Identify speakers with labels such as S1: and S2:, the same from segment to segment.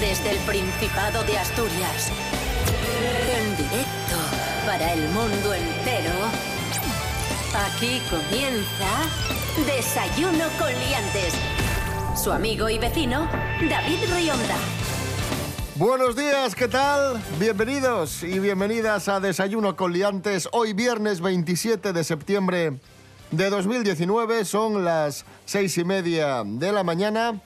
S1: Desde el Principado de Asturias. En directo para el mundo entero. Aquí comienza Desayuno con Liantes. Su amigo y vecino, David Rionda.
S2: Buenos días, ¿qué tal? Bienvenidos y bienvenidas a Desayuno con Liantes. Hoy viernes 27 de septiembre de 2019, son las seis y media de la mañana.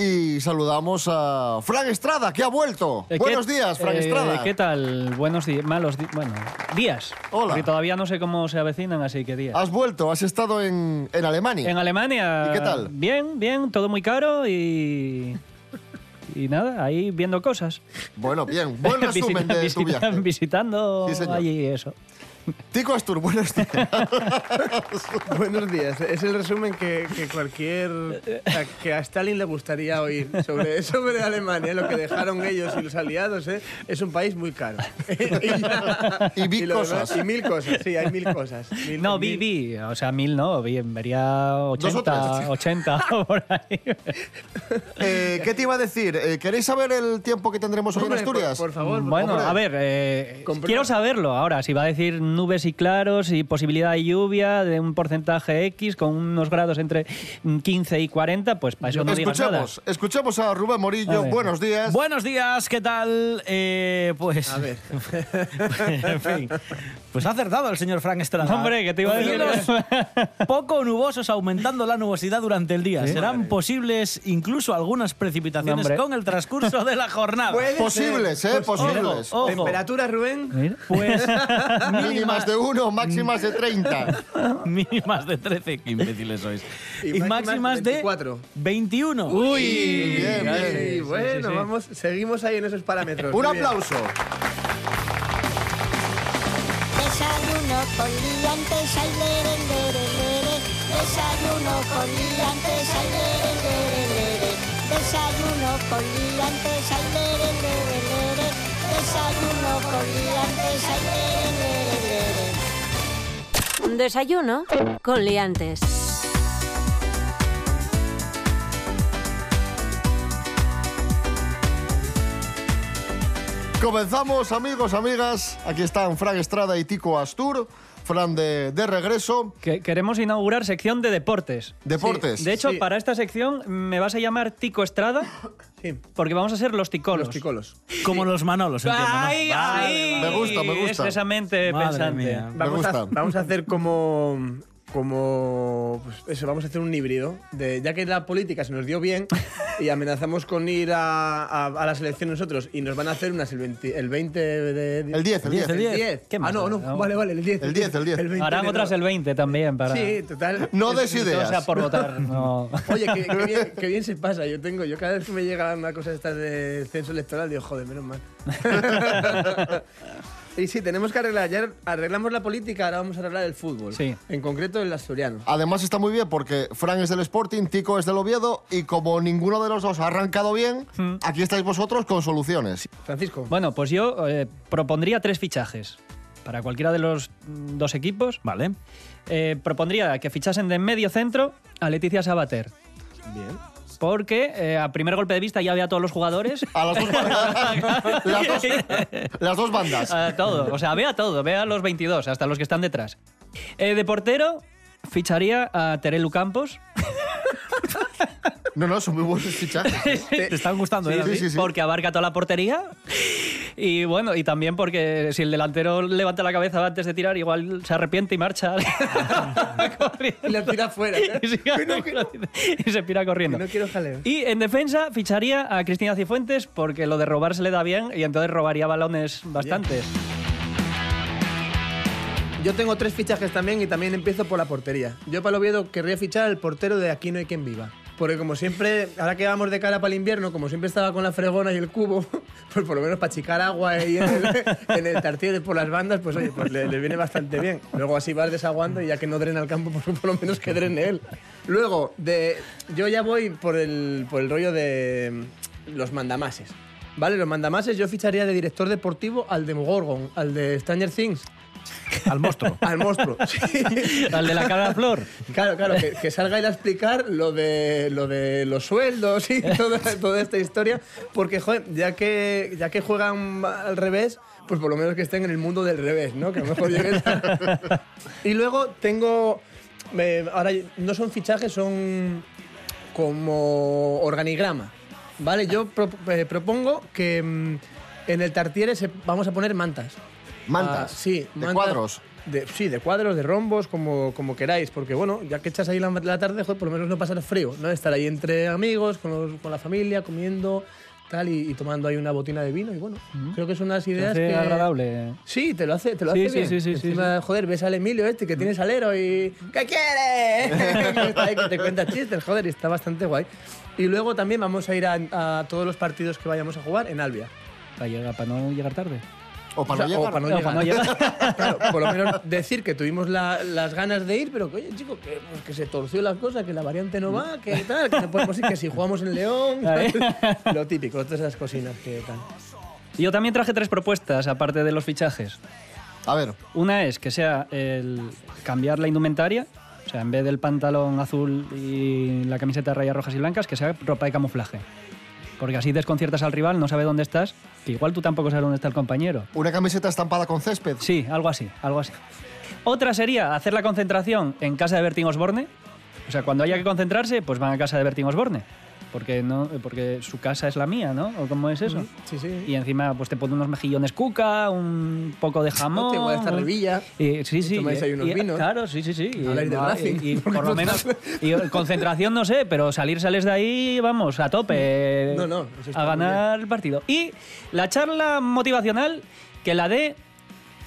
S2: Y saludamos a Frank Estrada, que ha vuelto.
S3: Eh, ¿qué-
S2: Buenos días, Frank
S3: eh,
S2: Estrada.
S3: ¿Qué tal? Buenos días, malos días, bueno, días.
S2: Hola.
S3: Porque todavía no sé cómo se avecinan, así que días.
S2: Has vuelto, has estado en, en Alemania.
S3: En Alemania.
S2: ¿Y qué tal?
S3: Bien, bien, todo muy caro y. Y nada, ahí viendo cosas.
S2: Bueno, bien, buen
S3: Visita-
S2: resumen de tu
S3: visita-
S2: viaje.
S3: Visitando
S2: Sí, señor.
S3: allí eso.
S2: Tico Astur, buenos días.
S4: Buenos días. Es el resumen que, que cualquier. o sea, que a Stalin le gustaría oír sobre, sobre Alemania, lo que dejaron ellos y los aliados. ¿eh? Es un país muy caro. y, ya.
S2: Y vi
S4: lo demás-
S2: cosas.
S4: y mil cosas, sí, hay mil cosas. Mil-
S3: No, vi,
S4: mil-
S3: vi, o sea, mil no, vi, vería
S2: o
S3: 80,
S2: tres.
S3: 80 por ahí.
S2: Eh, ¿Qué te iba a decir? Eh, ¿Queréis saber el tiempo que tendremos hoy en
S4: Hombre, por-
S2: Asturias?
S4: Por, favor. por
S3: Mm, Bueno,
S2: Hombre.
S3: a ver, eh,
S4: Comprueba.
S3: quiero saberlo ahora, si va a decir nubes y claros y posibilidad de lluvia de un porcentaje X con unos grados entre mm, 15 y 40, pues para eso no digas nada.
S2: escuchemos, escuchemos a Rubén
S3: A
S2: Morillo.
S3: ver.
S2: Buenos días.
S5: Buenos días, ¿qué tal? Eh, pues.
S4: A ver.
S5: en fin. Pues ha acertado el señor Frank Estrada.
S3: Hombre, que te iba a decir. ¿eh?
S5: Cielos poco nubosos aumentando la nubosidad durante el día. Serán posibles incluso algunas precipitaciones
S3: Hombre.
S5: con el transcurso de la jornada. Pues,
S4: Puede ser. Pues,
S2: Posibles, ¿eh? Posibles.
S5: Ojo.
S4: Temperatura, Rubén.
S3: Mira.
S5: Pues
S2: Mínimas de 1, máximas de 30.
S5: mínimas de 13, qué imbéciles sois.
S4: Y máximas de 24.
S5: 21.
S2: Bien, bien.
S4: Sí, bueno, vamos, seguimos ahí en esos parámetros.
S2: Un
S4: Muy bien.
S2: aplauso.
S6: Desayuno con liantes, ay, lere, lere, lere. Desayuno con liantes, ay, lere, lere, lere. Desayuno con liantes, ay, lere, lere, lere. Desayuno con liantes, ay, lere, lere, lere.
S1: Desayuno con Liantes.
S2: Comenzamos, amigos, amigas. Aquí están Frank Estrada y Tico Astur. Fran de, de regreso.
S3: Que- queremos inaugurar sección de deportes.
S2: Deportes.
S3: De hecho,
S4: Sí.
S3: para esta sección me vas a llamar Tico Estrada
S4: Sí,
S3: porque vamos a ser los ticolos.
S4: los ticolos.
S5: Como los Manolos, entiendo, ¿no?
S3: ¡Ay, ay!
S2: Me gusta, me gusta.
S3: Es esa mente
S5: Madre
S3: pensante.
S5: mía.
S2: Me
S4: Vamos a,
S2: gusta.
S4: vamos a hacer como. Como. pues eso, vamos a hacer un híbrido. De, ya que la política se nos dio bien y amenazamos con ir a, a, a la selección nosotros y nos van a hacer unas el 20, el 20 de.
S2: El 10, el 10.
S4: El 10.
S3: ¿Qué
S4: Ah,
S3: más
S4: no,
S3: da?
S4: no. Vale, vale, el 10.
S2: El 10, el 10.
S4: 20
S3: Harán
S4: de
S3: otras
S4: no.
S3: el 20 también para.
S4: Sí, total.
S2: No des
S3: No sea
S2: ideas.
S3: por votar. No.
S4: Oye, que, que bien, que bien se pasa. Yo tengo, yo cada vez que me llega una cosa de estas de censo electoral, digo, joder, menos mal. y sí, tenemos que arreglar. Ya arreglamos la política, ahora vamos a arreglar el fútbol.
S3: Sí.
S4: En concreto el asturiano.
S2: Además está muy bien porque Fran es del Sporting, Tico es del Oviedo y como ninguno de los dos ha arrancado bien,
S3: Hmm.
S2: aquí estáis vosotros con soluciones.
S4: Francisco.
S3: Bueno, pues yo eh, propondría tres fichajes para cualquiera de los mm, dos equipos.
S5: Vale.
S3: Eh, propondría que fichasen de medio centro a Leticia Sabater.
S4: Bien.
S3: Porque eh, a primer golpe de vista ya había a todos los jugadores.
S2: A las dos, las dos- las dos bandas.
S3: A todo. O sea, ve a todo. Ve a los 22, hasta los que están detrás. Eh, de portero, ficharía a Terelu Campos.
S2: No, no, son muy buenos fichajes.
S5: Te están gustando, ¿eh?
S2: Sí, sí,
S5: David?
S2: sí, sí.
S3: Porque abarca toda la portería. Y bueno, y también porque si el delantero levanta la cabeza antes de tirar, igual se arrepiente y marcha. Corriendo.
S4: Y la tira fuera. ¿eh?
S3: y, se,
S4: Que no, que no,
S3: y se pira
S4: que
S3: corriendo.
S4: no quiero jaleo.
S3: Y en defensa ficharía a Cristina Cifuentes porque lo de robar se le da bien y entonces robaría balones bastantes.
S4: Yo tengo tres fichajes también y también empiezo por la portería. Yo para el Oviedo querría fichar al portero de Aquí no hay quien viva. Porque como siempre, ahora que vamos de cara para el invierno, como siempre estaba con la fregona y el cubo, pues por lo menos para achicar agua ahí en el, en el tartier por las bandas, pues oye, pues le, le viene bastante bien. Luego así vas desaguando y ya que no drena el campo, pues por lo menos que drene él. Luego, de, yo ya voy por el, por el rollo de mm, los mandamases. ¿Vale? Los mandamases yo ficharía de director deportivo al de Gorgon, al de Stranger Things.
S5: Al monstruo.
S4: Al monstruo. sí.
S3: Al de la cara flor.
S4: Claro, claro, que, que salga él a explicar lo de, lo de los sueldos y toda, toda esta historia, porque, joder, ya que, ya que juegan al revés, pues por lo menos que estén en el mundo del revés, ¿no? Que a lo mejor lleguen a- Y luego tengo... eh, ahora no son fichajes, son como organigrama, ¿vale? Yo pro- eh, propongo que mm, en el Tartiere se- vamos a poner mantas.
S2: Mantas.
S4: Ah, sí,
S2: De
S4: mantas
S2: cuadros.
S4: de- sí, de cuadros, de rombos, como, como queráis, porque bueno, ya que echas ahí la, la tarde, joder, por lo menos no pasar frío, ¿no? Estar ahí entre amigos, con, los- con la familia, comiendo, tal, y, y tomando ahí una botina de vino, y bueno, creo que son unas
S3: Se
S4: ideas
S3: hace
S4: que-
S3: agradable. ¿eh?
S4: Sí, te lo hace, te lo
S3: Sí,
S4: hace
S3: sí,
S4: bien.
S3: sí, sí, sí,
S4: Encima, joder, ves al Emilio este que tiene salero y... ¿Qué quieres? que, está ahí, que te cuenta chistes, joder, y está bastante guay. Y luego también vamos a ir a, a todos los partidos que vayamos a jugar en Albia.
S3: Para, llegar- para no llegar tarde.
S2: O para
S4: O sea,
S2: no llegar.
S4: o para no
S3: No, para no
S4: llegar.
S3: llegar.
S4: Claro, por lo menos decir que tuvimos la- las ganas de ir, pero que, oye, chico, que, pues que se torció la cosa, que la variante no va, que tal, que no podemos ir, que si jugamos en León.
S3: Vale.
S4: Lo típico, todas esas cosinas que tal.
S3: Yo también traje tres propuestas, aparte de los fichajes.
S2: A ver,
S3: Una es que sea el cambiar la indumentaria, o sea, en vez del pantalón azul y la camiseta de rayas rojas y blancas, que sea ropa de camuflaje. Porque así desconciertas al rival, no sabe dónde estás, que igual tú tampoco sabes dónde está el compañero.
S2: una camiseta estampada con césped.
S3: Sí, algo así, algo así. Otra sería hacer la concentración en casa de Bertín Osborne. O sea, cuando haya que concentrarse, pues van a casa de Bertín Osborne. Porque, no, porque su casa es la mía, ¿no? ¿O cómo es eso?
S4: Sí, sí.
S3: Y encima, pues te ponen unos mejillones cuca, un poco de jamón.
S4: No te igual esta
S3: un-
S4: revilla.
S3: Eh, sí, sí.
S4: tomáis
S3: eh,
S4: ahí unos
S3: y-
S4: vinos.
S3: Claro, sí, sí, sí. Y,
S4: Habláis del
S3: va,
S4: Racing,
S3: y- y
S4: porque
S3: por lo
S4: no
S3: menos.
S4: sabe.
S3: y concentración no sé, pero salir sales de ahí, vamos, a tope.
S4: No, no, eso está
S3: A
S4: muy
S3: ganar el partido. Y la charla motivacional que la dé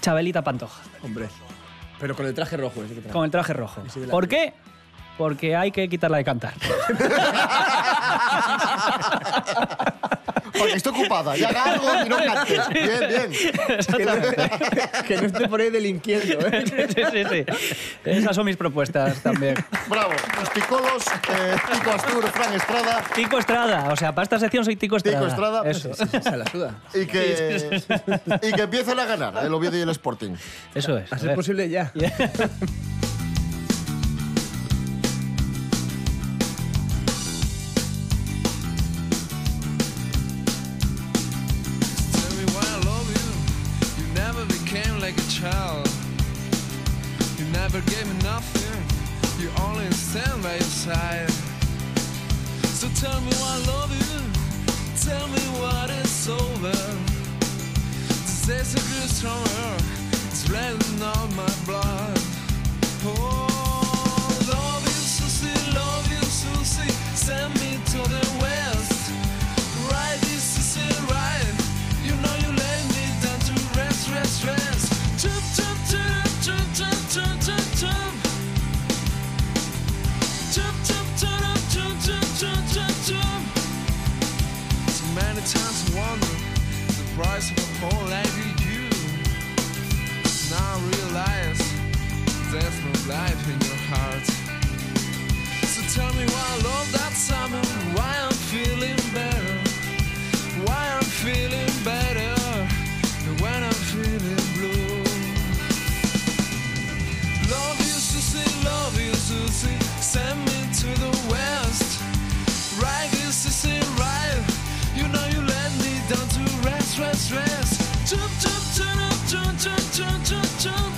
S3: Chabelita Pantoja,
S4: Hombre, pero con el traje rojo ese que trae.
S3: con el traje rojo.
S4: Sí, la-
S3: ¿Por qué? Porque hay que quitarla de cantar.
S2: Porque estoy ocupada. Ya haga algo y no cantes. Bien, bien.
S4: Que no, que no esté por ahí delinquiendo, ¿eh?
S3: sí, sí, sí. Esas son mis propuestas también.
S2: Bravo. Los picolos, eh, Tico Astur, Fran Estrada.
S3: Tico Estrada, o sea, para esta sección soy Tico Estrada.
S2: Tico Estrada. pues
S3: Eso,
S4: Se la suda.
S2: Y que, y que empiecen a ganar el Oviedo y el Sporting.
S3: eso es.
S4: A
S3: A
S4: ser
S3: ver.
S4: posible ya.
S7: Tell me why I love you. You never became like a child. You never gave me nothing. You only stand by your side. So tell me why I love you. Tell me what is over. This is a good stronger. It's running on my blood. Oh, love you, Susie. Love you, Susie. Send me to the west. Right, this is it, right. You know you lay me down to rest, rest, rest. Chop, chop, chop, chop, chop, chop, chop, chop. Chop, chop, chop, chop, chop, chop, chop, chop. So many times I wonder the price of a poor lady you. Now I realize there's no life in your heart. So tell me why I love that summer, why I'm feeling better, why I'm feeling better than when I'm feeling blue. Love you, Susie, love you, Susie, send me to the west. Right, this is it, right. You know you let me down to rest, rest, rest. Jump, jump, jump, jump, jump, jump, jump, jump.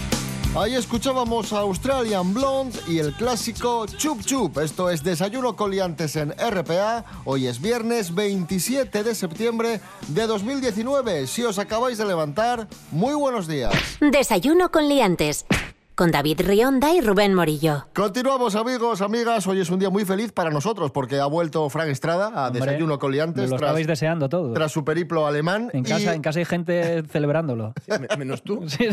S2: Ahí escuchábamos a Australian Blonde y el clásico Chup Chup. Esto es Desayuno con Liantes en RPA. Hoy es viernes 27 de septiembre de 2019. Si os acabáis de levantar, muy buenos días.
S1: Desayuno con liantes. Con David Rionda y Rubén Morillo.
S2: Continuamos amigos, amigas. Hoy es un día muy feliz para nosotros porque ha vuelto Frank Estrada a
S3: Hombre,
S2: Desayuno con
S3: me
S2: Liantes
S3: Lo estabais
S2: tras,
S3: deseando todo.
S2: tras su periplo alemán.
S3: En casa,
S2: y,
S3: en casa hay gente celebrándolo.
S4: Me- Menos tú.
S3: Sí.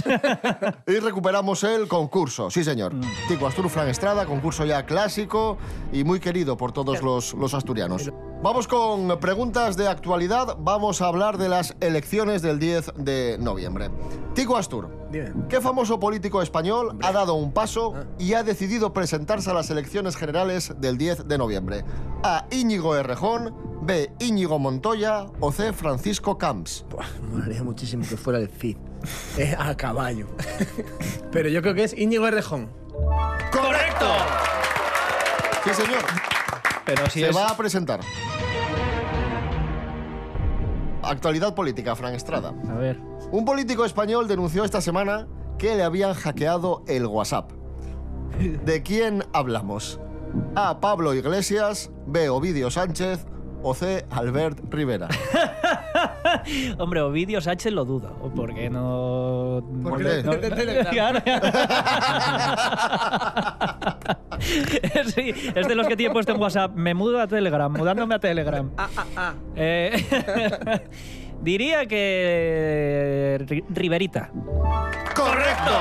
S2: y recuperamos el concurso, sí señor. Tico Astur, Frank Estrada, concurso ya clásico y muy querido por todos los, los asturianos. Vamos con preguntas de actualidad. Vamos a hablar de las elecciones del 10 de noviembre. Tico Astur,
S4: Dime.
S2: ¿Qué famoso político español ha dado un paso
S4: Ah.
S2: y ha decidido presentarse a las elecciones generales del 10 de noviembre? A. Íñigo Errejón, B. Íñigo Montoya o C. Francisco Camps.
S4: Buah, me molaría muchísimo que fuera el Cid. Es a caballo. Pero yo creo que es Íñigo Errejón.
S5: ¡Correcto!
S2: Sí, señor.
S3: Pero si
S2: Se
S3: es...
S2: va a presentar. Actualidad política, Fran Estrada.
S3: A ver.
S2: Un político español denunció esta semana que le habían hackeado el WhatsApp. ¿De quién hablamos? A. Pablo Iglesias, B. Ovidio Sánchez o C. Albert Rivera.
S3: Hombre, Ovidio Sánchez lo dudo, porque no...
S2: ¿Por qué?
S3: no- Claro. Sí, es de los que tiene puesto en WhatsApp. Me mudo a Telegram, mudándome a Telegram. Eh, diría que Ri- Riverita.
S2: ¡Correcto!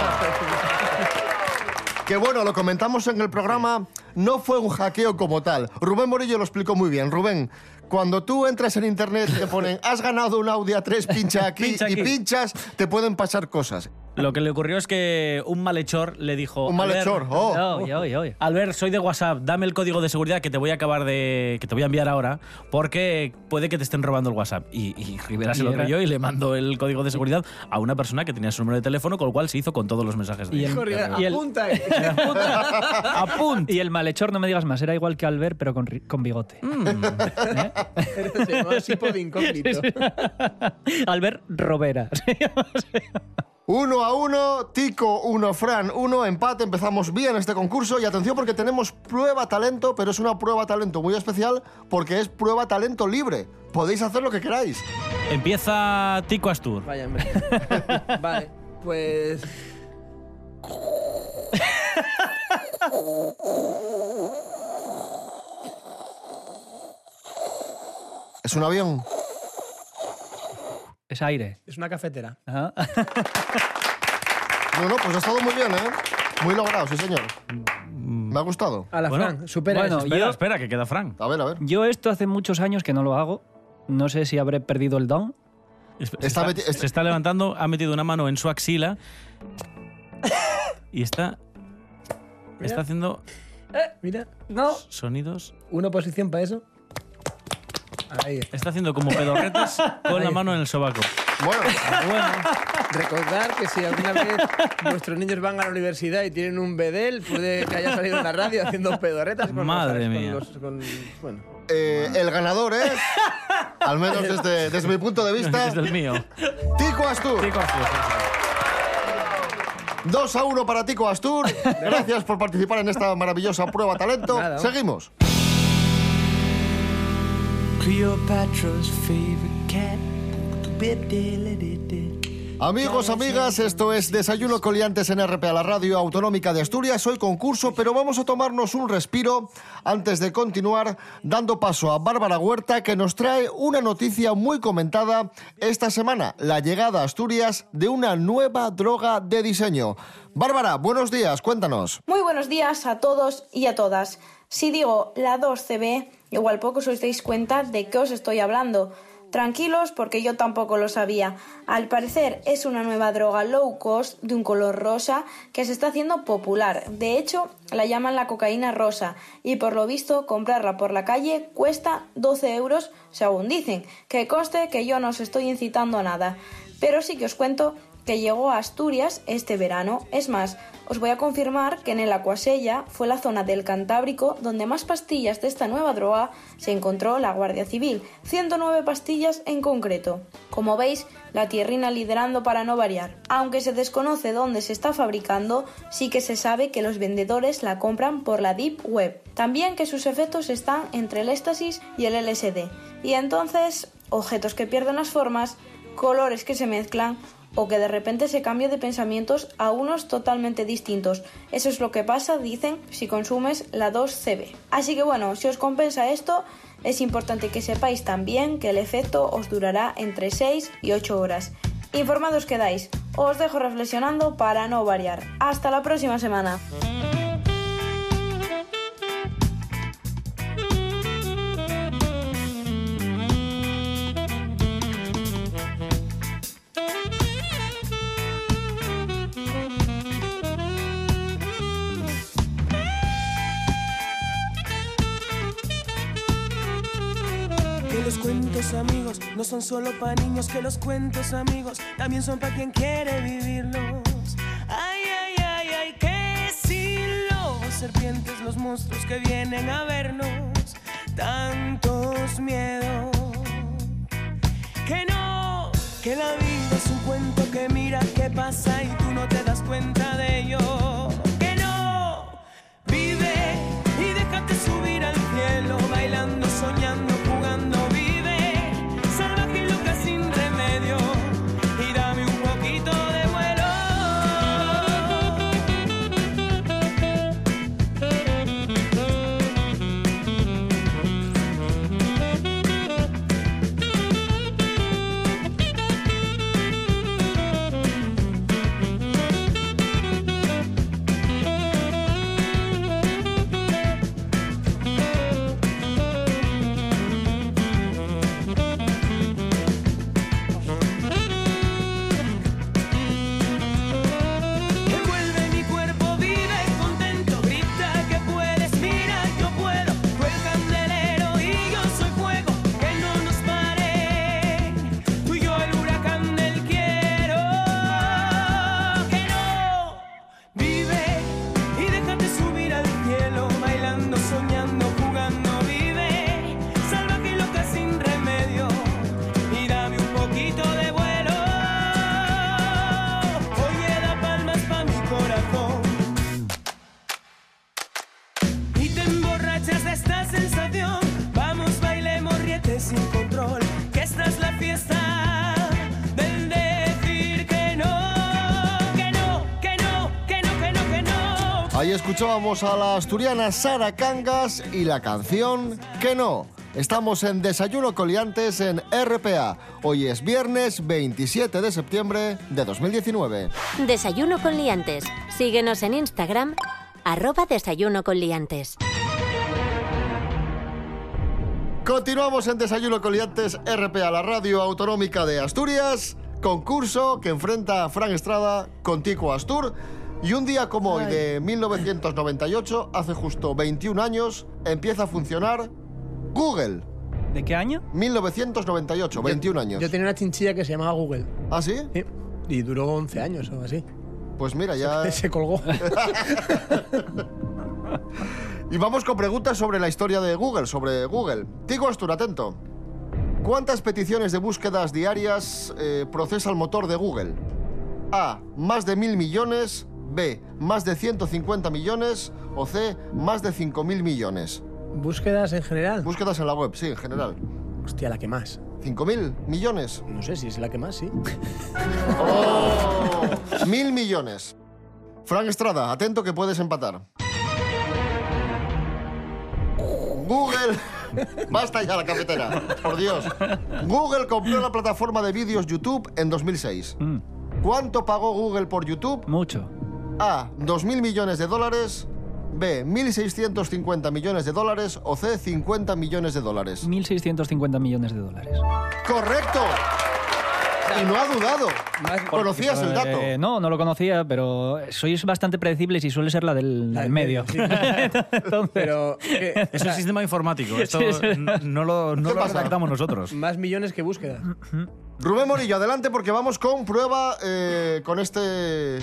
S2: Que bueno, lo comentamos en el programa, no fue un hackeo como tal. Rubén Morillo lo explicó muy bien. Rubén, cuando tú entras en internet te ponen has ganado un Audi A3, pincha aquí,
S5: Pincha aquí.
S2: y pinchas, te pueden pasar cosas.
S5: Lo que le ocurrió es que un malhechor le dijo...
S2: Un
S5: "Albert,
S2: malhechor, oh.
S3: Oye, oye, oye.
S5: Albert, soy de WhatsApp, dame el código de seguridad que te voy a acabar de. que te voy a enviar ahora, porque puede que te estén robando el WhatsApp. Y, y Rivera se
S3: Y
S5: lo
S3: era-
S5: creyó y le mandó el código de seguridad a una persona que tenía su número de teléfono, con lo cual se hizo con todos los mensajes de
S3: Y el-
S5: ella.
S4: Corriera,
S3: Y el-
S4: apunta. eh.
S5: Apunt.
S3: Y el malhechor, no me digas más, era igual que Albert, pero con, ri- con bigote.
S2: Mm,
S4: Este Se llamaba así por de incógnito.
S3: Albert Robera.
S2: Uno a uno, Tico uno, Fran uno, empate. Empezamos bien este concurso y atención porque tenemos prueba talento, pero es una prueba talento muy especial porque es prueba talento libre. Podéis hacer lo que queráis.
S5: Empieza Tico Astur.
S4: Vaya, hombre. Vale, pues.
S2: Es un avión.
S3: es aire.
S4: Es una cafetera.
S3: Ajá.
S2: No, no, pues ha estado muy bien, ¿eh? Muy logrado, sí, señor.
S5: Mm.
S2: Me ha gustado.
S4: A la
S5: Bueno,
S4: Fran, supera
S3: bueno,
S4: eso.
S5: Espera,
S3: yo-
S5: espera, que queda Frank.
S2: A ver, a ver.
S3: Yo esto hace muchos años que no lo hago. No sé si habré perdido el don.
S5: Es- se
S2: Está meti-
S5: se está levantando, ha metido una mano en su axila y está. Está haciendo
S4: Mira, no.
S5: sonidos.
S4: Una posición para eso. Ahí está.
S5: Está haciendo como pedorretas con la mano en el sobaco.
S2: Bueno,
S4: Recordar que si alguna vez vuestros niños van a la universidad y tienen un bedel, puede que haya salido en la radio haciendo pedorretas con los-
S5: Madre
S4: con
S5: mía.
S4: los- con- bueno.
S2: eh, el ganador es, al menos desde, desde mi punto de vista,
S5: Es del mío.
S2: Tico Astur.
S5: Tico Astur, sí, sí.
S2: 2 a 1 para Tico Astur. Gracias por participar en esta maravillosa prueba talento.
S4: Nada.
S2: Seguimos.
S7: Cleopatra's favorite cat.
S2: Amigos, amigas, esto es Desayuno Coliantes en RP a la Radio Autonómica de Asturias. Hoy concurso, pero vamos a tomarnos un respiro antes de continuar dando paso a Bárbara Huerta que nos trae una noticia muy comentada esta semana, la llegada a Asturias de una nueva droga de diseño. Bárbara, buenos días, cuéntanos.
S8: Muy buenos días a todos y a todas. Si digo la 2CB, igual poco os dais cuenta de qué os estoy hablando. Tranquilos porque yo tampoco lo sabía. Al parecer es una nueva droga low cost de un color rosa que se está haciendo popular. De hecho, la llaman la cocaína rosa y por lo visto comprarla por la calle cuesta 12 euros según dicen. Que coste que yo no os estoy incitando a nada. Pero sí que os cuento que llegó a Asturias este verano. Es más, os voy a confirmar que en el Acuasella fue la zona del Cantábrico donde más pastillas de esta nueva droga se encontró la Guardia Civil, 109 pastillas en concreto. Como veis, la tierrina liderando para no variar. Aunque se desconoce dónde se está fabricando, sí que se sabe que los vendedores la compran por la Deep Web. También que sus efectos están entre el éxtasis y el LSD. Y entonces, objetos que pierden las formas, colores que se mezclan o que de repente se cambie de pensamientos a unos totalmente distintos. Eso es lo que pasa, dicen, si consumes la 2CB. Así que bueno, si os compensa esto, es importante que sepáis también que el efecto os durará entre 6 y 8 horas. Informados quedáis, os dejo reflexionando para no variar. Hasta la próxima semana.
S7: Cleopatra
S9: Que los cuentos amigos no son solo para niños, que los cuentos amigos también son para quien quiere vivirlos. Ay, ay, ay, ay, que si los serpientes, los monstruos que vienen a vernos, tantos miedos. Que no, que la vida es un cuento que mira qué pasa y tú no te das cuenta de ello. Que no, vive y déjate subir al cielo, bailando, soñando, jugando, vive. Salvaje y loca sin remedio y dame un poquito de vuelo. Envuelve mi cuerpo, vive contento, grita que puedes, mira yo puedo, fue el candelero y yo soy fuego, que no nos pare, tú y yo el huracán del quiero, que no, vive y déjate subir al cielo, bailando, soñando, jugando, vive, salvaje y loca sin remedio, y dame un poquito de vuelo. Oye, da palmas pa' mi corazón. Y te emborrachas de esta sensación. Vamos, bailemos, riete sin control. Que esta es la fiesta. del decir que no, que no, que no, que no, que no, que no.
S2: Ahí escuchábamos a la asturiana Sara Cangas y la canción Que no. Estamos en Desayuno Coliantes en RPA. Hoy es viernes 27 de septiembre de 2019.
S1: Desayuno con liantes. Síguenos en Instagram, arroba desayuno con liantes.
S2: Continuamos en Desayuno Coliantes RPA, la radio autonómica de Asturias. Concurso que enfrenta a Fran Estrada con Tico Astur. Y un día como hoy de 1998, hace justo 21 años, empieza a funcionar Google.
S3: ¿De qué año?
S2: 1998, 21 años.
S4: Yo tenía una chinchilla que se llamaba Google.
S2: ¿Ah, sí?
S4: Sí. Y duró 11 años o así.
S2: Pues mira, ya...
S4: Se colgó.
S2: Y vamos con preguntas sobre la historia de Google, sobre Google. Tigo Astur, atento. ¿Cuántas peticiones de búsquedas diarias eh, procesa el motor de Google? A. Más de mil millones. B. Más de 150 millones. O C. Más de 5.000 millones.
S4: Búsquedas en general.
S2: Búsquedas en la web, sí, en general.
S4: Hostia, la que más.
S2: ¿5.000 millones?
S4: No sé si es la que más, sí.
S2: Oh. Mil millones. Frank Estrada, atento que puedes empatar. Google. Basta ya la cafetera, por Dios. Google compró la plataforma de vídeos YouTube en 2006.
S3: Mm,
S2: ¿Cuánto pagó Google por YouTube?
S3: mucho.
S2: A. 2.000 millones de dólares. B. 1.650 millones de dólares. O C. 50 millones de dólares.
S3: 1.650 millones de dólares.
S2: ¡Correcto! Y no ha dudado. ¿Conocías el dato?
S3: Eh, no, no lo conocía, pero sois bastante predecibles y suele ser la del,
S4: La del
S3: del medio.
S4: medio,
S3: Entonces,
S4: Pero que-
S5: Es un sistema informático. Esto n- no lo, no
S2: ¿Qué
S5: lo
S2: pasa?
S5: redactamos nosotros.
S4: más millones que búsquedas.
S2: Rubén Morillo, adelante porque vamos con prueba eh, con este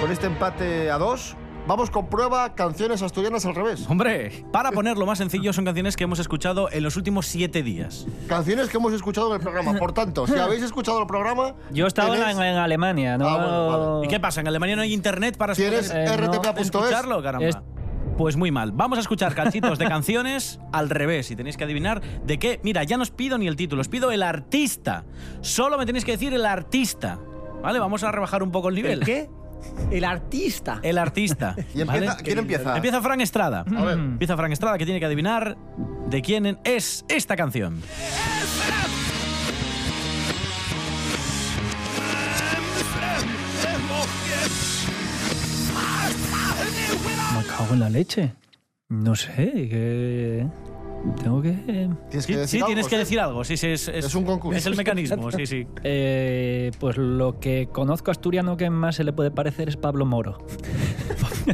S2: con este empate a dos. Vamos con prueba canciones asturianas al revés.
S5: Hombre, para ponerlo más sencillo, son canciones que hemos escuchado en los últimos siete días.
S2: Canciones que hemos escuchado en el programa. Por tanto, si habéis escuchado el programa,
S3: yo estaba en,
S2: tenéis-
S3: en Alemania, ¿no?
S2: Ah, bueno,
S5: ¿Y qué pasa? ¿En Alemania no hay internet para
S2: ¿Tienes
S5: escuchar-
S3: Eh, no,
S2: rtpa.es?
S5: escucharlo? Caramba.
S3: Es-
S5: Pues muy mal. Vamos a escuchar cachitos de canciones al revés y tenéis que adivinar de qué. Mira, ya no os pido ni el título, os pido el artista. Solo me tenéis que decir el artista. ¿Vale? Vamos a rebajar un poco el nivel.
S4: qué? El artista.
S5: El artista.
S2: ¿Y empieza-
S5: ¿vale?
S2: quién empieza?
S5: Empieza Frank Estrada.
S3: Mm.
S2: A ver.
S5: Empieza Frank Estrada que tiene que adivinar de quién es esta canción.
S3: Me cago en la leche. No sé, que... Tengo que...
S2: Tienes
S5: Sí,
S2: que decir
S5: sí,
S2: algo,
S5: tienes que
S2: sí.
S5: decir algo. Sí, sí, es, es-
S2: Es un concurso.
S5: Es el mecanismo, sí, sí.
S3: Eh, pues lo que conozco asturiano que más se le puede parecer es Pablo Moro.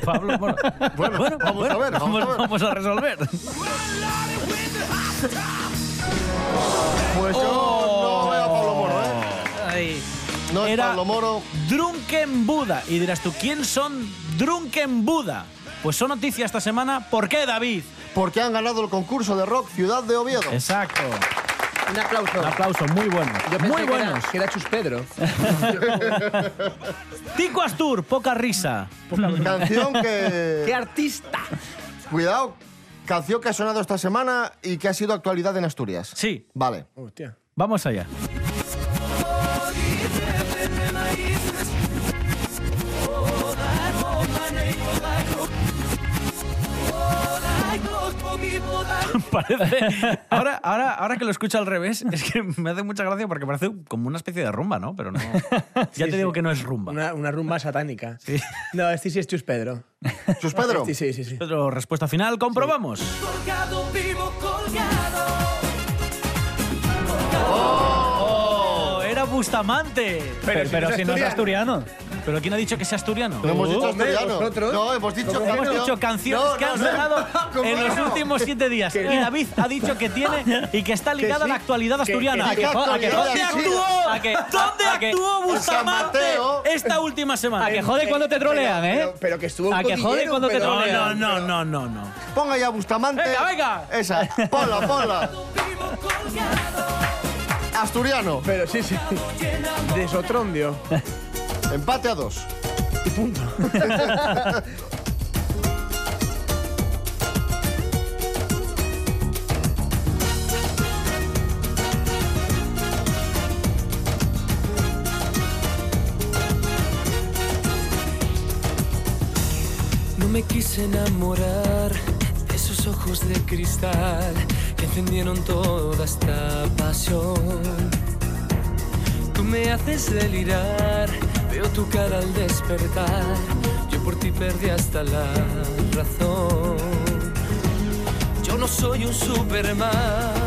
S5: Pablo, bueno,
S2: Bueno, vamos a ver, vamos a ver.
S5: vamos a resolver.
S2: Pues ¿eh? No es
S5: era
S2: Pablo Moro.
S5: Drunken Buda. Y dirás tú, ¿quién son Drunken Buda? Pues son noticias esta semana. ¿Por qué, David?
S2: Porque han ganado el concurso de rock Ciudad de Oviedo.
S5: Exacto.
S4: Un aplauso.
S5: Un aplauso, muy bueno.
S4: Yo pensé
S5: Muy
S4: que era-
S5: buenos.
S4: Que era Chus Pedro.
S5: Tico Astur, poca risa.
S2: Canción
S4: ¡Qué
S2: que.
S4: artista!
S2: Cuidado. Canción que ha sonado esta semana y que ha sido actualidad en Asturias.
S5: Sí,
S2: Vale.
S4: Hostia.
S5: vamos allá. Parece. Ahora, ahora, ahora que lo escucho al revés, es que me hace mucha gracia porque parece como una especie de rumba, ¿no? Pero no. Ya te digo que no es rumba.
S4: Una, una rumba satánica. No, este sí es Chus Pedro.
S2: Chus Pedro.
S4: Este sí, sí, sí.
S5: Pedro, respuesta final, comprobamos. Oh, era Bustamante.
S3: Pero,
S4: si no es
S3: si no es asturiano.
S5: Pero ¿quién ha dicho que sea asturiano?
S2: No hemos dicho
S4: hombre,
S2: asturiano.
S4: vosotros.
S2: No, hemos dicho
S5: Hemos
S2: canción.
S5: dicho canciones
S2: No,
S5: que
S2: no,
S5: han
S2: no.
S5: sonado
S2: ¿Cómo
S5: en los
S2: no?
S5: últimos siete días. Y David ha dicho que tiene y que está ligada a la
S4: sí,
S5: actualidad asturiana.
S2: que sí.
S5: ¿A que
S2: Actualidad,
S5: ¿Dónde
S2: sí.
S5: actuó? ¿A que- ¿Dónde
S3: A que-
S5: actuó Bustamante
S2: Mateo.
S5: esta última semana?
S3: A que jode cuando te trolean, ¿eh?
S4: Pero, pero que estuvo
S3: A
S4: un
S3: que jode
S4: cotilleo,
S3: cuando te
S4: pero-
S5: No,
S3: trolean.
S5: no, no, no, no, no.
S2: Ponga ya Bustamante.
S5: Venga, venga.
S2: Esa. Ponla, ponla. Asturiano.
S4: Pero sí, sí. De Sotrondio.
S2: Empate a dos.
S10: No me quise enamorar de esos ojos de cristal que encendieron toda esta pasión. Tú me haces delirar, veo tu cara al despertar. Yo por ti perdí hasta la razón. Yo no soy un Superman.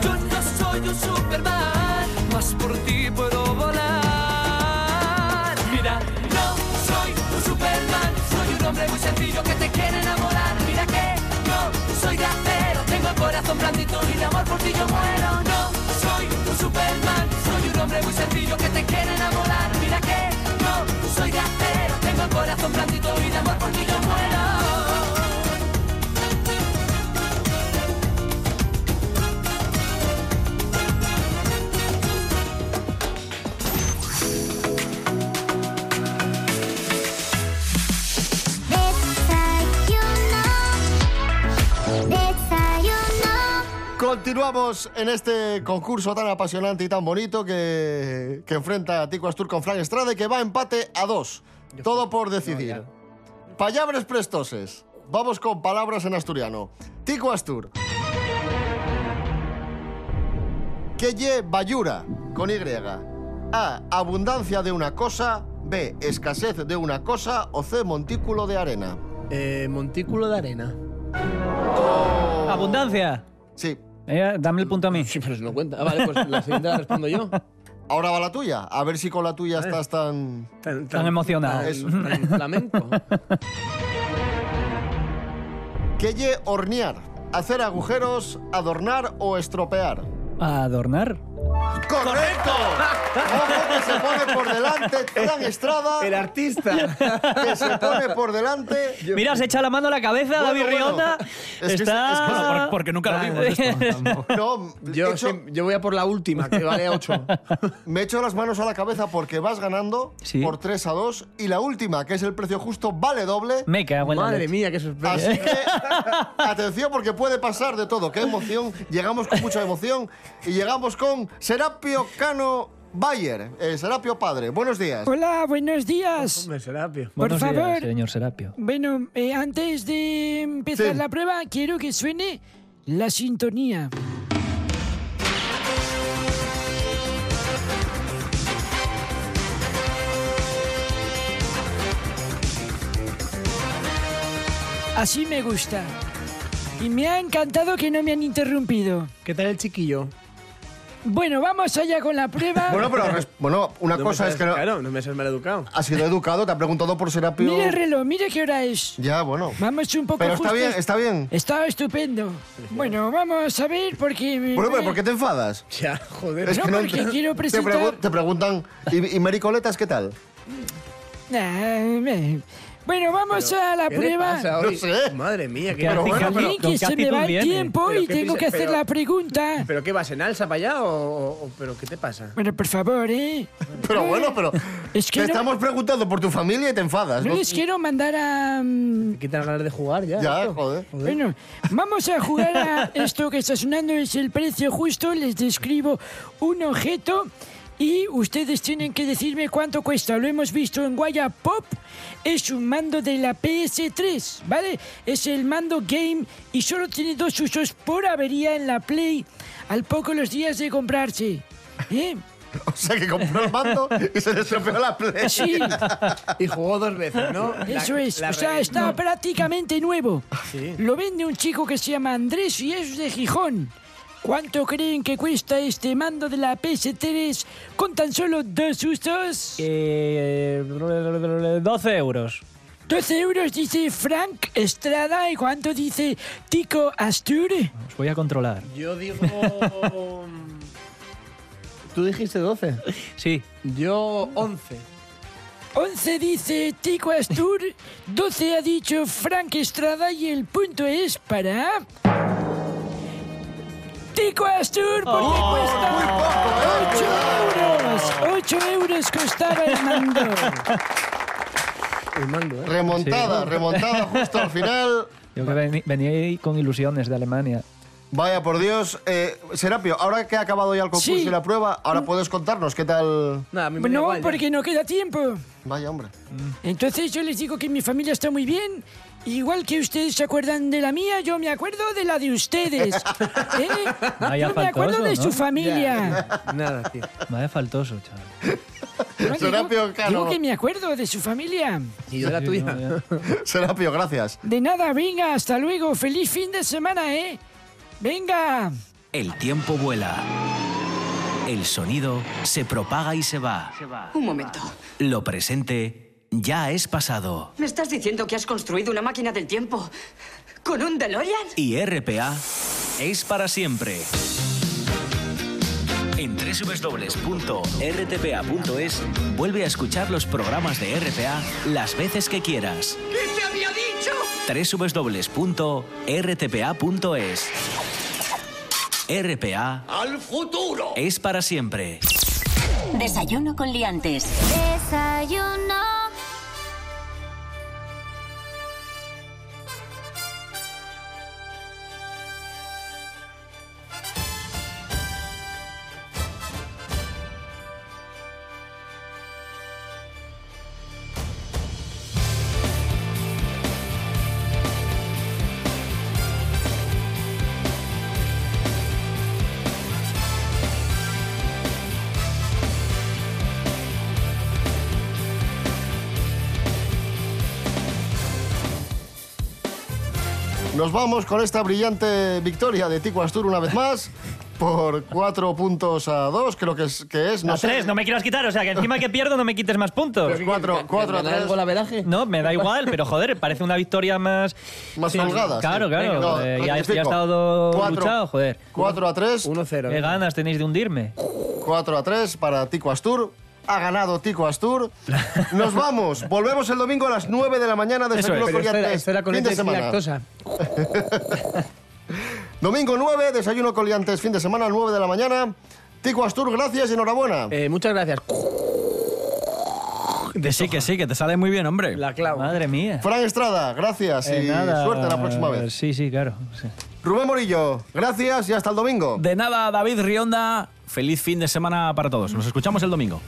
S10: Yo no soy un Superman. Más por ti puedo volar. Mira, no soy un Superman. Soy un hombre muy sencillo que te quiere enamorar. Mira que no soy de acero. Tengo el corazón blandito y de amor por ti yo muero. No soy un Superman. Soy un hombre muy sencillo que te quiere enamorar. Mira que no soy de acero. Tengo el corazón blandito y de amor por ti yo muero.
S11: Desayuno, desayuno.
S2: Continuamos en este concurso tan apasionante y tan bonito que, que enfrenta a Tico Astur con Frank Estrade, que va a empate a dos. Todo por decidir. Palabras prestoses. Vamos con palabras en asturiano. Tico Astur. Que lle bayura con Y. A. Abundancia de una cosa. B. Escasez de una cosa. O C. Montículo de arena.
S4: Eh, Montículo de Arena.
S3: Abundancia.
S2: Sí.
S3: Eh, dame el punto a mí.
S4: Sí, pero eso no cuenta. Ah, vale, pues la siguiente la respondo yo.
S2: Ahora va la tuya. A ver si con la tuya estás tan.
S4: Tan,
S3: Tan emocionado.
S2: eso.
S4: tan flamenco.
S2: Que lle hornear, hacer agujeros, adornar o estropear.
S3: ¿A adornar?
S2: ¡Correcto! Ojo que se pone por delante Fran Estrada,
S4: El artista.
S2: que se pone por delante...
S3: Mira, se echa la mano a la cabeza
S2: Bueno,
S3: David
S2: bueno.
S3: Rionda.
S2: Es que es- es que-
S3: Está...
S5: Bueno, por- porque nunca lo vimos esto.
S2: No,
S4: Yo,
S2: he hecho-
S4: sí, yo voy a por la última, que vale 8.
S2: me echo las manos a la cabeza porque vas ganando
S3: Sí.
S2: por 3 a 2 y la última, que es el precio justo, vale doble.
S3: Me cago en la
S4: Madre
S3: leche.
S4: mía, qué sorpresa.
S2: Así que atención porque puede pasar de todo. ¡Qué emoción! Llegamos con mucha emoción y llegamos con Serapio Cano Bayer, eh, Serapio Padre. Buenos días.
S12: Hola, buenos días.
S4: Hombre, Serapio.
S12: Por
S3: Buenos días,
S12: favor.
S3: señor Serapio.
S12: Bueno, eh, antes de empezar
S2: Sí.
S12: la prueba, quiero que suene la sintonía. Así me gusta. Y me ha encantado que no me han interrumpido.
S4: ¿Qué tal el chiquillo?
S12: Bueno, vamos allá con la prueba.
S2: Bueno, pero res- bueno, una
S4: No me
S2: cosa es
S4: seas-
S2: que no,
S4: Claro, no me seas mal educado.
S2: has sido educado, te ha preguntado por Serapio.
S12: Mira el reloj, mira qué hora es.
S2: Ya, bueno.
S12: Vamos un poco
S2: Pero está
S12: justos.
S2: bien, está bien.
S12: Está estupendo. Bueno, vamos a ver porque...
S2: Bueno, pero ¿por qué te enfadas?
S4: Ya, joder.
S12: No, porque
S2: ent-
S12: quiero
S2: te
S12: presentar-
S2: pregu- te preguntan, ¿y, y Mary Coletas qué tal?
S12: Ah, me- Bueno, vamos a la
S4: ¿Qué le
S12: prueba.
S4: pasa hoy?
S2: No sé.
S4: Madre mía, qué
S3: Pero
S4: vergüenza.
S3: bueno,
S12: Bien,
S3: pero-
S12: que
S3: ¿con
S12: se
S3: qué
S12: me va
S3: actitud
S12: el
S3: viene?
S12: tiempo
S4: Pero
S12: y
S4: qué
S12: tengo
S4: prisa-
S12: que hacer
S4: pero-
S12: la pregunta.
S4: ¿Pero qué vas en alza para allá o, o- o- pero qué te pasa?
S12: Bueno, por favor, ¿eh?
S2: Pero bueno, pero
S12: Es que
S2: te
S12: no-
S2: estamos preguntando por tu familia y te enfadas.
S12: No
S2: ¿no?
S12: les quiero mandar a... mm,
S4: Me quitan ganas de jugar ya.
S2: Ya,
S4: esto.
S2: joder.
S12: Bueno, vamos a jugar a esto que está sonando, es el precio justo, les describo un objeto y ustedes tienen que decirme cuánto cuesta. Lo hemos visto en Guaya Pop, es un mando de la PS3, ¿vale? Es el mando game y solo tiene dos usos por avería en la Play al poco los días de comprarse. ¿Eh?
S2: O sea, que compró el mando y se destropeó la play.
S12: Sí,
S4: Y jugó dos veces, ¿no? La-
S12: eso es.
S4: la
S12: O sea,
S4: re-
S12: está prácticamente nuevo.
S4: Sí.
S12: Lo vende un chico que se llama Andrés y es de Gijón. ¿Cuánto creen que cuesta este mando de la PS3 con tan solo dos usos?
S3: Eh, 12 euros.
S12: 12 euros dice Frank Estrada y cuánto dice Tico Astur.
S3: Os voy a controlar.
S4: Yo digo... Tú dijiste 12.
S3: Sí.
S4: Yo 11.
S12: 11 dice Tico Astur, 12 ha dicho Frank Estrada y el punto es para... Tico Astur, porque cuesta 8 euros. 8 euros costaba el mando.
S4: El mando, ¿eh?
S2: Remontada, remontada justo al final.
S3: Yo que veni- venía ahí con ilusiones de Alemania.
S2: Vaya por Dios. Eh, Serapio, ahora que ha acabado ya el concurso
S12: Sí. Mm.
S2: y la prueba, ahora puedes contarnos qué tal.
S4: Nada, a mí me da
S12: No,
S4: igual ya.
S12: porque no queda tiempo.
S2: Vaya, hombre.
S12: Entonces yo les digo que mi familia está muy bien. Igual que ustedes se acuerdan de la mía, yo me acuerdo de la de ustedes. ¿Eh?
S3: Vaya
S12: Yo me acuerdo
S3: faltoso,
S12: de
S3: ¿no?
S12: su familia.
S4: Nada, tío.
S3: Vaya faltoso, chaval.
S12: No,
S2: Serapio
S12: digo,
S2: Cano.
S12: digo que me acuerdo de su familia.
S4: Y yo de la
S3: Sí,
S4: tuya.
S3: no, ya.
S2: Serapio, gracias.
S12: De nada, venga, hasta luego. Feliz fin de semana, ¿eh? Venga.
S5: El tiempo vuela. El sonido se propaga y se va.
S13: Un momento.
S5: Lo presente ya es pasado.
S13: ¿Me estás diciendo que has construido una máquina del tiempo con un DeLorean?
S5: Y RPA es para siempre. En www.rtpa.es vuelve a escuchar los programas de RPA las veces que quieras.
S13: ¿Qué te había dicho?
S5: www.rtpa.es RPA
S13: ¡Al futuro!
S5: es para siempre.
S1: Desayuno con liantes.
S6: Desayuno
S2: Nos vamos con esta brillante victoria de Tico Astur una vez más. Por cuatro puntos a dos, creo que es. Que es no
S3: A
S2: sé.
S3: tres, no me quieras quitar. O sea, que encima que pierdo no me quites más puntos.
S2: Pues Cuatro, cuatro a
S4: ¿Ganar el
S2: tres.
S4: golaveraje?
S3: No, me da igual, pero joder, parece una victoria más...
S2: Más
S3: Sí,
S2: holgada, sí.
S3: Claro, claro.
S2: Venga, no,
S3: joder, ya, ya
S2: rectifico.
S3: ha estado
S2: Cuatro.
S3: luchado, joder.
S2: 4 a 3.
S4: 1-0.
S3: Qué
S4: ¿eh?
S3: ganas tenéis de hundirme.
S2: 4 a 3 para Tico Astur. Ha ganado Tico Astur. Nos vamos. Volvemos el domingo a las 9 de la mañana de
S3: Eso es.
S2: Desayuno
S4: Pero esto era,
S2: Coliantes.
S4: esto era con
S2: fin de
S4: leche sin
S2: semana.
S4: lactosa.
S2: Domingo 9, Desayuno Coliantes. Fin de semana, 9 de la mañana. Tico Astur, gracias y enhorabuena.
S4: Eh, muchas gracias.
S5: Que sí, que sí, que te sale muy bien, hombre.
S4: La clavo.
S3: Madre mía.
S2: Fran Estrada, gracias
S3: Eh,
S2: y
S3: nada,
S2: suerte la próxima vez.
S3: Pues Sí, sí, claro. sí.
S2: Rubén Morillo, gracias y hasta el domingo.
S5: De nada, David Rionda. Feliz fin de semana para todos. Nos escuchamos el domingo.